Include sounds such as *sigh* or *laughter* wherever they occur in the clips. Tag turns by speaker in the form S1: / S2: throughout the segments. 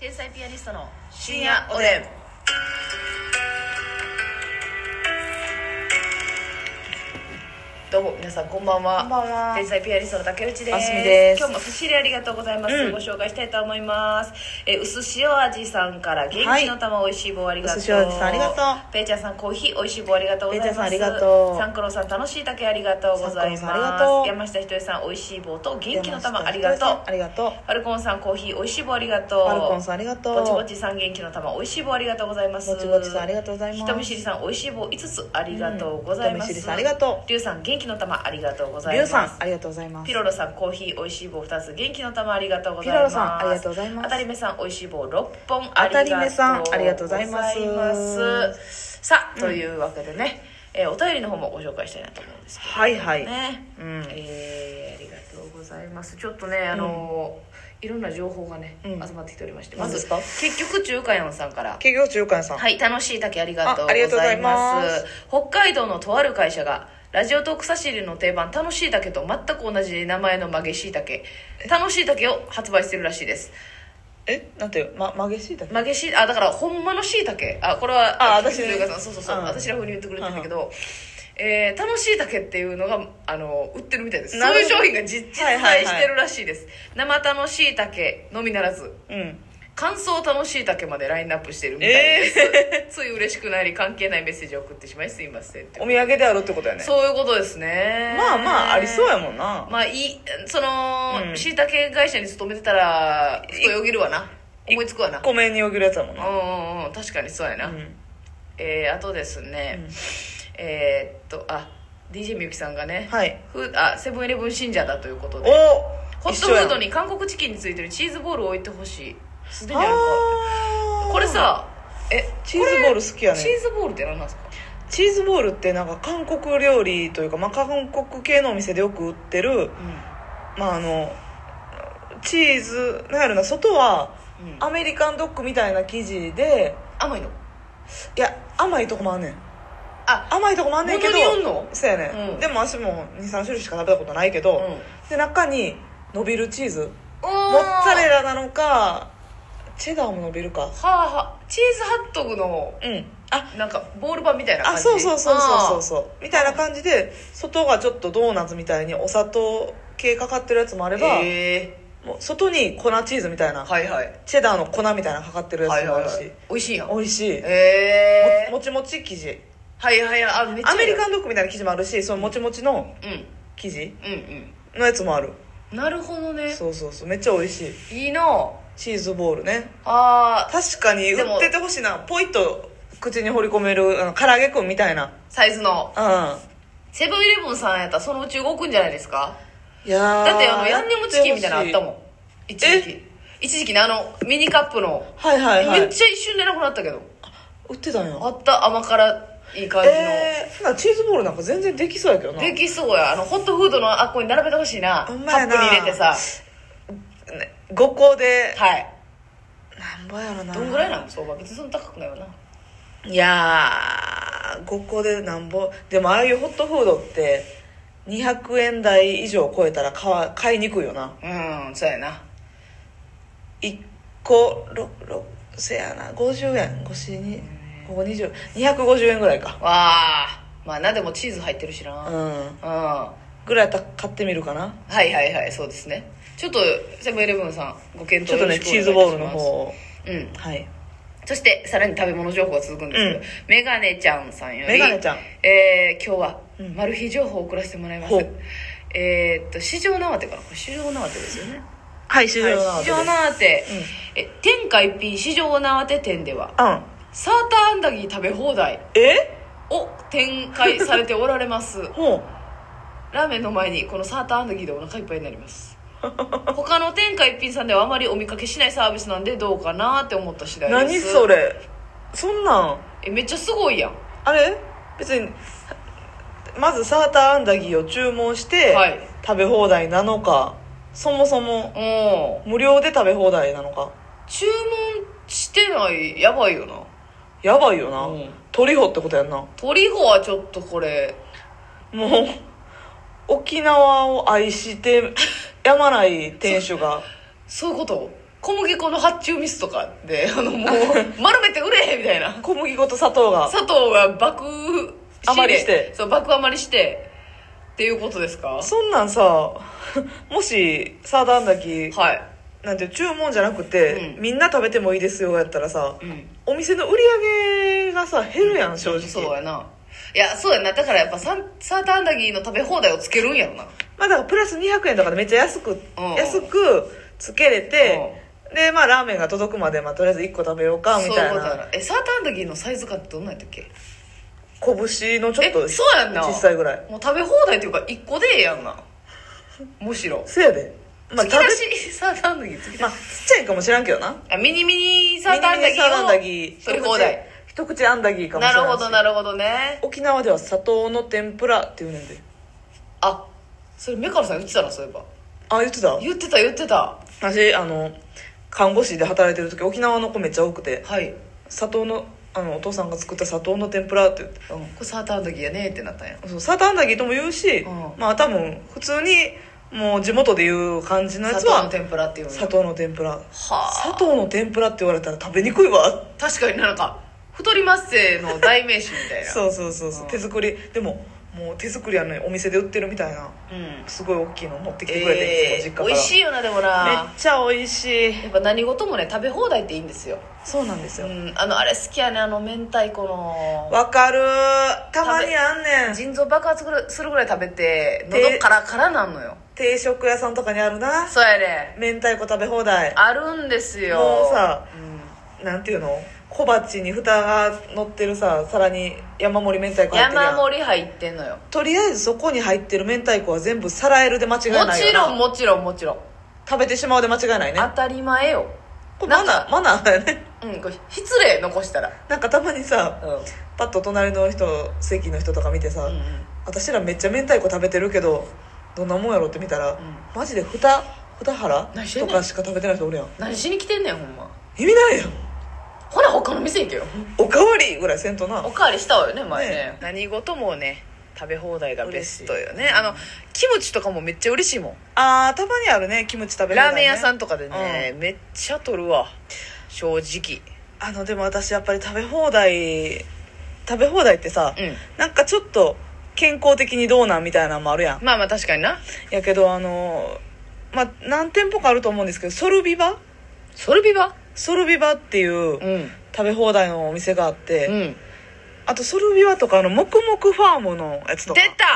S1: 天才ピアニストの深夜おでんどうも皆さんこんばんは
S2: こんばんは
S1: 天才ピアニストの竹内です
S2: あすみです
S1: 今日も差し入れありがとうございます、
S2: うん
S1: ご紹介したいと思いますえうす塩味さんから元気の玉おいしい棒ありがとう、
S2: うすしお味さんありがとう
S1: ペイちゃんさんコーヒーおいしい棒ありがとうございます
S2: ペイちゃんさんありがとう
S1: サンクロさん楽しい竹ありがとうございま
S2: サンクロさんありが
S1: す
S2: とう
S1: 山下ひとえさんおいしい棒と元気の玉ありがとう
S2: ありがとう
S1: ファルコンさんコーヒーおいしい棒ありがとう
S2: ファルコンさんありがとう
S1: ぼちぼちさん元気の玉おいしい棒ありがとうございます
S2: ぼちぼちさんありがとうございます
S1: 人見知りさんおいしい棒5つありがとうございます、
S2: うん人見知りさんありがとう
S1: りゅうさん元気の玉ありがとうござい
S2: りゅ
S1: ま
S2: う
S1: す
S2: さんありがとうございます
S1: ピロロさんコーヒーおいしい棒2つ元気の玉ありがとうございます
S2: ピロロさんありがとうございます
S1: あたりめさんおいしい棒6本あ
S2: あ
S1: りが
S2: た
S1: とうございます
S2: りめさんありがとうございます
S1: さあというわけでね、えーお便りの方もご紹介したいなと思うんですけど
S2: はいはい、
S1: ね
S2: うん
S1: えーありがとうございますちょっとねあのー、いろんな情報がね、
S2: うん
S1: 集まってきておりましてま
S2: 何で
S1: ず
S2: すか
S1: 結局中華やんさんから
S2: 企業中間さん、
S1: はい、楽しい竹ありがとう
S2: あありが
S1: ご
S2: とうご
S1: ざ
S2: ざ
S1: い
S2: い
S1: ま
S2: ますす
S1: 北海道のとある会社がラジオトーク差し入れの定番楽しい竹と全く同じ名前の曲げしい竹楽しい竹を発売してるらしいです
S2: えなんていうま曲げしいだけ
S1: 曲げしあだからほんまのしい竹あこれは
S2: あ
S1: 菊
S2: 私
S1: 池優香さんそうそうそう、
S2: うん
S1: 私ら風に言ってくれてんだけど、えー楽しい竹っていうのがあの売ってるみたいですそ
S2: な
S1: う
S2: る
S1: いう
S2: ほど
S1: 商品が実実
S2: はいはいは
S1: 在し
S2: い
S1: てるらしいです、生楽しい竹のみならず
S2: うん
S1: 感想楽しいだけまでラインナップしてるみたいです、 *laughs* つい嬉しくなり関係ないメッセージを送ってしまいすいませんって
S2: お土産であるってことやね
S1: そういうことですね
S2: まあまあありそうやもんな、
S1: まあいいその
S2: うん
S1: しいたけ会社に勤めてたらそこよぎるわな思いつくわな
S2: 米によぎるやつやもんな、
S1: うんうんうん確かにそうやな、
S2: うん
S1: えーあとですね、
S2: うん
S1: えーっとあ DJ みゆきさんがね、
S2: はい
S1: ふあセブンイレブン信者だということで
S2: お
S1: ホットフード
S2: に
S1: に韓国チキンについてるチーズボールを置いてほしいすでにあるか
S2: あー
S1: これさえ
S2: チーズボール好きやね
S1: チーズボールって何なんですか
S2: チーズボールってなんか韓国料理というか、まあ、韓国系のお店でよく売ってる、まあ、あのチーズなんやろな外は
S1: うん
S2: アメリカンドッグみたいな生地で
S1: 甘いの
S2: いや甘いとこもあんねん
S1: あ
S2: 甘いとこもあんねんけど
S1: 物によんの
S2: そうやね、
S1: うん
S2: んでも私も23種類しか食べたことないけど、で中に伸びるチーズ
S1: モ
S2: モッツァレ
S1: ラ
S2: ラなのかチェダーも伸びるか
S1: はあはあチーズハットグの
S2: うんあ
S1: なんかボールパンみたいな感
S2: あ
S1: じ
S2: そうそうそうそうそう
S1: う
S2: そうみたいな感じで外がちょっとドーナツみたいにお砂糖系かかってるやつもあれば、
S1: え
S2: もう外に粉チーズみたいな、
S1: はいはい
S2: チェダーの粉みたいなのかかってるや
S1: はい
S2: つも
S1: は
S2: あ
S1: い
S2: るし、
S1: はい美味しいやん
S2: 美味しい、
S1: え
S2: ももちもち生地
S1: はいはいはいあめっちゃ
S2: アメリカ
S1: ン
S2: ンドッグみたいな生地もあるしそのもちもちの
S1: うん
S2: 生地
S1: うん
S2: のやつもある
S1: うんなるほどね
S2: そうそうそうめっちゃ美味しい
S1: いいな
S2: チーズボールね
S1: あー
S2: 確かに
S1: で
S2: 売
S1: も
S2: っててほしいなポイッと口に放り込めるあの唐揚げくんみたいな
S1: サイズの
S2: うん
S1: セブンイレブンさんやったらそのうち動くんじゃないですか
S2: いやー
S1: だってあのヤンニョムチキンみたいなのあったもん一時期一時期ねあのミニカップの
S2: はいはいは
S1: めっ
S2: い
S1: ちゃ一瞬でなくなったけど
S2: 売ってたんや
S1: あった甘辛い感じの、
S2: えー、なんかチーズボールなんか全然できそうやけどな
S1: できそうやあのホットフードのあっこに並べてほしいなカ
S2: ほんま
S1: ッ
S2: や
S1: プ
S2: な
S1: に入れてさ
S2: 5個で
S1: はい
S2: なんぼやろな
S1: どんぐらいなの相場別にそんな高くないよない
S2: やー5個でなんぼでもああいうホットフードって200円台以上超えたら買わ買いにくいよな
S1: うんそうやな
S2: 1個6せやな50円越しにここ20 250円ぐらいか
S1: わあまあなでもチーズ入ってるしな
S2: う
S1: うん、
S2: ん
S1: は
S2: ぐらいやったら買ってみるかない
S1: はいはいそうですねちょっとセブンイレブンさんご検討
S2: ちょっとね
S1: よろし
S2: チーズ
S1: くお
S2: ボー
S1: 願いしま
S2: ルの
S1: す
S2: 方を
S1: うん
S2: はい
S1: そしてさらに食べ物情報が続くんですけど、
S2: うん
S1: メガネちゃんさんより
S2: メガネちゃん
S1: えー今日は
S2: うん
S1: マル秘情報を送らせてもらいます、
S2: ほう
S1: えーっと市場縄手かなこれ市場縄手ですよね
S2: はい市
S1: はい市場縄手、え天下一品市場縄手店では
S2: うん
S1: サーターアンダギー食べ放題
S2: え
S1: を展開されておられます
S2: ほう
S1: ラーメンの前にこのサーターアンダギーでお腹いっぱいになります他の天下一品さんではあまりお見かけしないサービスなんでどうかなって思った次第で
S2: 何
S1: す
S2: それそんなん
S1: えめっちゃすごいやん
S2: あれ別にまずサーターアンダギーを注文して、
S1: はい
S2: 食べ放題なのかそもそも
S1: うん
S2: 無料で食べ放題なのか
S1: 注文してないやばいよな
S2: やばいよな、
S1: うん
S2: トリホってことやんなも
S1: トリゴはちょっとこれ
S2: う沖縄を愛してやまない店主が
S1: そういうこと小麦粉の発注ミスとかで *laughs* あの
S2: *laughs*
S1: もう丸めて売れへんみたいな
S2: 小麦粉と砂糖が
S1: 佐藤が爆
S2: 余りして
S1: そう爆余りしてっていうことですか
S2: そんなんさもしサーダアンダキ
S1: はい、
S2: なんていう注文じゃなくて、
S1: うん
S2: みんな食べてもいいですよやったらさ
S1: うん、
S2: お店の売り上げがさ減るやん正直
S1: そうやないやそうやなだからやっぱサンサーターアンダギーの食べ放題をつけるんやろな
S2: まあだからプラス200円とかでめっちゃ安く、
S1: うん
S2: 安くつけれて、でまあラーメンが届くまで、まあ、とりあえず1個食べようかみたい
S1: そういうことや
S2: な
S1: なえサーターアンダギーのサイズ感ってどんなんやったっけ
S2: 拳のちょっと
S1: えそうやんな
S2: 小さいぐらい
S1: もう食べ放題っていうか1個でええやん *laughs* なむしろ
S2: せやでまあ
S1: 突き
S2: 食べ
S1: 出しサーターアンダギー突き出し
S2: まあちっちゃいんかもしらんけどな
S1: あミニミニサーターアンダギ
S2: ミニミニサーターアンダギ
S1: ー
S2: ー
S1: を取り放題
S2: 一口一口アンダギーかもし
S1: な
S2: れ
S1: る
S2: ない
S1: ほどなるほどね
S2: 沖縄では砂糖の天ぷらって言うねんで
S1: あそれメカロさん言ってたなそういえば
S2: あ言ってた
S1: 言ってた言ってた
S2: 私あの看護師で働いてる時沖縄の子めっちゃ多くて
S1: はい、
S2: 砂糖のあのお父さんが作った砂糖の天ぷらって言って
S1: うん、これサーターアンダギーやねってなったんや
S2: そうサーターアンダギーとも言うし、
S1: うん
S2: まあ多分普通にもう地元で言う感じのや
S1: 砂
S2: つ
S1: 糖の
S2: は
S1: 天ぷらっていうの
S2: 砂糖の天ぷら
S1: はあ
S2: 砂糖の天ぷらって言われたら食べにくいわ
S1: 確かになんか太りますせの代名詞みたいなう、
S2: そうそうそうそう、
S1: うん、
S2: 手作りでももう手作りやのにお店で売ってるみたいなんすごい大きいの持ってきてくれて、
S1: え
S2: いつも実家か
S1: ー、
S2: ら
S1: 美味しいよなでも
S2: め
S1: な
S2: っちゃ美味しい
S1: やっぱ何事もね食べ放題っていいんですよ、
S2: そうなんです
S1: う
S2: よ
S1: ん、あのあれ好きやねあの明太子の
S2: わかるたまにあんねん
S1: 腎臓爆発するぐらい食べて
S2: で
S1: 喉カラカラなんのよ
S2: 定食屋さんとかにあるな
S1: そうやね
S2: 明太子食べ放題
S1: あるんですよ
S2: もうさ
S1: うん
S2: なんていうの小鉢に蓋が乗ってるさ皿に山盛り明太子入ってるや
S1: 山
S2: ん
S1: 盛り入ってんのよ
S2: とりあえずそこに入ってる明太子は全部皿えるで間違いないよ
S1: も
S2: な
S1: ちろんもちろんもちろん
S2: 食べてしまうで間違いないね
S1: 当たり前よ
S2: これマナ
S1: なん
S2: ーマナーだよね *laughs*
S1: うんこれ失礼残したら
S2: なんかたまにさ
S1: うん、
S2: パッと隣の人席の人とか見てさ、
S1: うんうん
S2: 私らめっちゃ明太子食べてるけどどんなもんやろって見たら、
S1: ん
S2: マジで蓋蓋腹
S1: 何してん
S2: と
S1: ねん
S2: かしか食べてない人おるやん
S1: 何しに来てんねんほんま
S2: 意味ないよ
S1: ほら他の店行けよ
S2: おかわりぐらいせんとな
S1: *laughs* おかわりしたわよね前ね
S2: ね
S1: 何事もね食べ放題がベストよねあのキムチとかもめっちゃ嬉しいもん、
S2: あーたまにあるねキムチ食べれな
S1: ラ
S2: い
S1: ー
S2: ね
S1: メン屋さんとかでね、めっちゃ取るわ正直
S2: あのでも私やっぱり食べ放題食べ放題ってさ、
S1: うん
S2: なんかちょっと健康的にどうなんみたいなのもあるやん
S1: まあまあ確かにな
S2: やけどあのまあ何店舗かあると思うんですけどソルビバ
S1: ソルビバ
S2: ソルビバっていう
S1: うん
S2: 食べ放題のお店があって、
S1: うん
S2: あとソルビバとかあの黙々ファームのやつとか
S1: 出た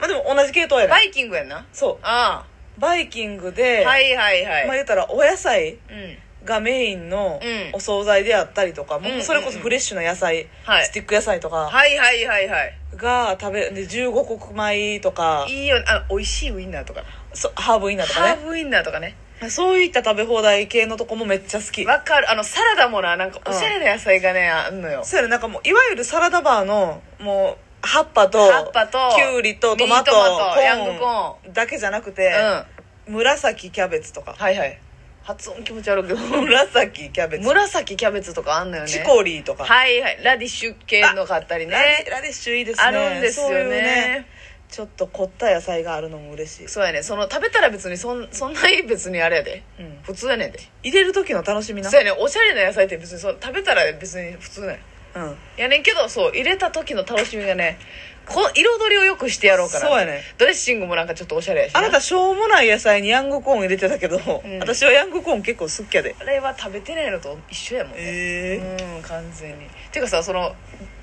S2: まあでも同じ系統やね
S1: バイキングやんな
S2: そ
S1: あ
S2: うバイキン
S1: あ
S2: グで、
S1: はいはいはい、
S2: まあ言ったらお野
S1: う
S2: 菜
S1: ん
S2: がメインの
S1: うん
S2: お惣菜であったりとか、もう
S1: うん
S2: それこそフレッシュな野菜、
S1: はい
S2: スティック野菜とか
S1: はいはいはいはい
S2: が食べで15穀米とか
S1: いいよねあの美味しいウインナーとか
S2: そハーブインナーとか
S1: ハ
S2: ね
S1: ーブウインナーとかね
S2: そういった食べ放題系のとこもめっちゃ好き
S1: わかるあのサラダもななんか
S2: うん
S1: おしゃれな野菜がねあんのよ
S2: そうやねなんかもういわゆるサラダバーのもう葉っぱと
S1: 葉っぱと
S2: きゅうりとトマト
S1: ミニトマト
S2: コーン
S1: ヤングコ
S2: だけじゃなく
S1: う
S2: て
S1: ん、は
S2: 紫キャベツとか
S1: いはい発音気持ち悪いけど
S2: 紫キャベツ
S1: 紫キャベツとかあんのよね
S2: チコリーとか、
S1: はいはいラディッシュ系の買ったりね
S2: ラディラディッシュいいですね
S1: あるんですよ
S2: そういう
S1: ね
S2: ちょっと凝った野菜があるのも嬉しい
S1: そうやねその食べたら別にそんそんなに別にあれやで、
S2: うん
S1: 普通やねんで
S2: 入れる時の楽しみな
S1: そうやねおしゃれな野菜って別にそう食べたら別に普通なんや
S2: うん
S1: やねんけどそう入れた時の楽しみがねこ彩りをよくしてやろうから
S2: そうやね
S1: ドレッシングもなんかちょっとおしゃれやし
S2: あなたしょうもない野菜にヤングコーン入れてたけど、
S1: ん
S2: 私はヤングコーン結構好きやで
S1: あれは食べてないのと一緒やもんね、
S2: え
S1: うん完全にていうかさその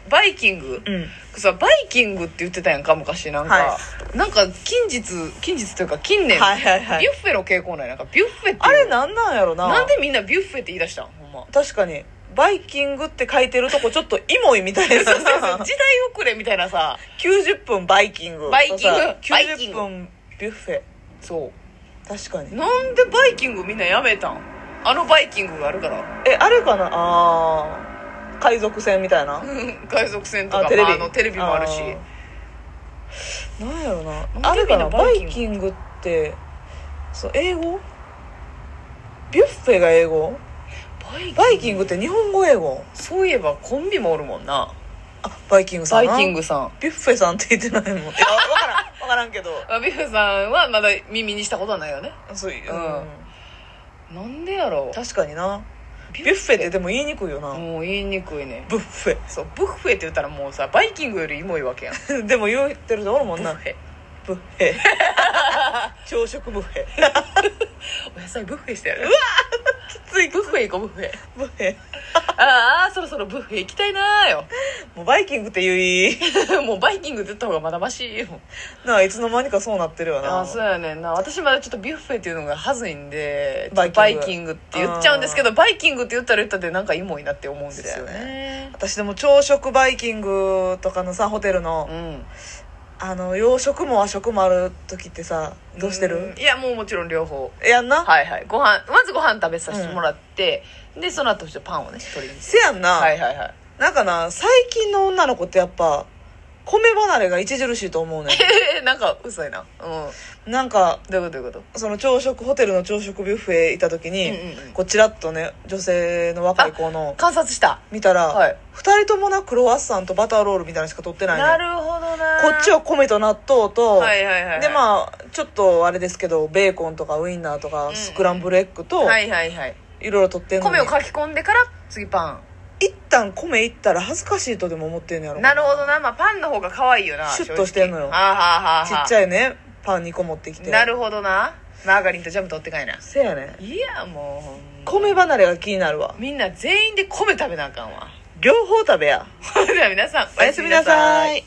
S1: バイキング、
S2: うん
S1: さバイキングって言ってたやんか昔なんか、
S2: は
S1: なんか近日近日というか近年、
S2: はいはいはい
S1: ビュッフェの傾向なんやなんかビュッフェって
S2: あれなんなんやろな
S1: なんでみんなビュッフェって言い出したんほんま
S2: 確かにバイキングって書いてるとこちょっとイモイみたいな
S1: *laughs* そうそうそう時代遅れみたいなさ
S2: 90分バイキング
S1: バイキングバイキン
S2: 90
S1: グ
S2: 分ビュッフェ
S1: そ
S2: 確か
S1: う
S2: に
S1: なんでバイキングみんなやめたんあのバイキングがあるから
S2: えあれかなあー海賊船みたいな
S1: うん海賊船とか
S2: あテレビ
S1: まああのテレビもあるし
S2: あーなんやろな
S1: な
S2: あ
S1: んで
S2: れ
S1: み
S2: か
S1: んな
S2: なバ
S1: バイキング
S2: イキングってそう英語ビュッフェが英語
S1: バイキング
S2: バイキングって日本語英語
S1: そういえばコンビもおるもんな
S2: あバイキングさ
S1: バ
S2: ん
S1: イ
S2: な
S1: キングさん
S2: ビュッフェさんって言って
S1: *laughs*
S2: ないもんいや分からん分からんけど
S1: まあビフさんはまだ耳にしたことはないよね
S2: そういう、
S1: うん
S3: なんでやろう
S2: 確かにな
S3: ビ
S2: ビュッフェってでも言いにくいよな、
S3: もう言いにくいね
S2: ブッフ
S1: そうブッフェって言ったらもうさバイキングよりイモいわけ *laughs* やん
S2: ェ *laughs* でも言ってるとおるもん
S1: ブッ
S2: な
S1: フェ
S2: ブッフ
S1: *laughs*
S2: ェ朝食ブッフェ
S1: お野菜ブッフェしてやるうわきついブッフェ行こうブッフェ
S2: ブッフェ
S1: ああそろそろブッフェ行きたいなーよ
S2: もうバイキングって言い
S1: *laughs* もうバイキングって言った方がまだましいよ
S2: なあいつの間にかそうなってるよな
S1: あーそうやねんな私まだちょっとビュッフェっていうのがはずいんでちょっと
S2: バ
S1: バ
S2: イキン
S1: イキン
S2: グ
S1: グって言っちゃうんですけどバイキングって言ったら言ったでなんかイモいなって思うんですよ
S2: そうや
S1: ね
S2: 私でも朝食バイキングとかのさホテルの
S1: うん
S2: あの洋食も和食もある時ってさどうしてる
S1: んいやもうもちろん両方
S2: やんな、
S1: はいはいご飯まずご飯食べさせてもらって、でその後ちょっとパンをね取りに
S2: せやんな、
S1: はいはいはい *laughs*
S2: なんかな最近の女の子ってやっぱ米離れが著しいと思うね
S1: えー、なんか嘘やなうん *laughs*
S2: んなんか
S1: どういうことどういうこと
S2: その朝食ホテルの朝食ビュッフェ行った時に、
S1: うんうんうん
S2: こうちらっとね女性の若い子の
S1: 観察した
S2: 見たら、
S1: はい
S2: 二人ともなクロワッサンとバターロールみたいなのしか取ってないねん
S1: なるほどな
S2: こっちは米と納豆と、
S1: はいはいはいはい
S2: でまあちょっとあれですけどベーコンとかウインナーとか
S1: ん
S2: スクランブルエッグと
S1: はいはいはい
S2: いろいろ取ってんのに、
S1: 米を書き込んでから次パ
S2: 一旦米いったら恥ずかしいとでも思ってんのやろ
S1: ンなるほどなまあパンの方が可愛いよな
S2: シュッとしてんのよ
S1: 正直あーはあはあはあ
S2: ちっちゃいねパン2個持ってきて
S1: なるほどなマーガリンとジャム取ってかいな
S2: せやね
S1: いやもうほんま
S2: 米離れが気になるわ
S1: みんな全員で米食べなあかんわ
S2: 両方食べや
S1: *laughs* それでは皆さん
S2: おやすみなさい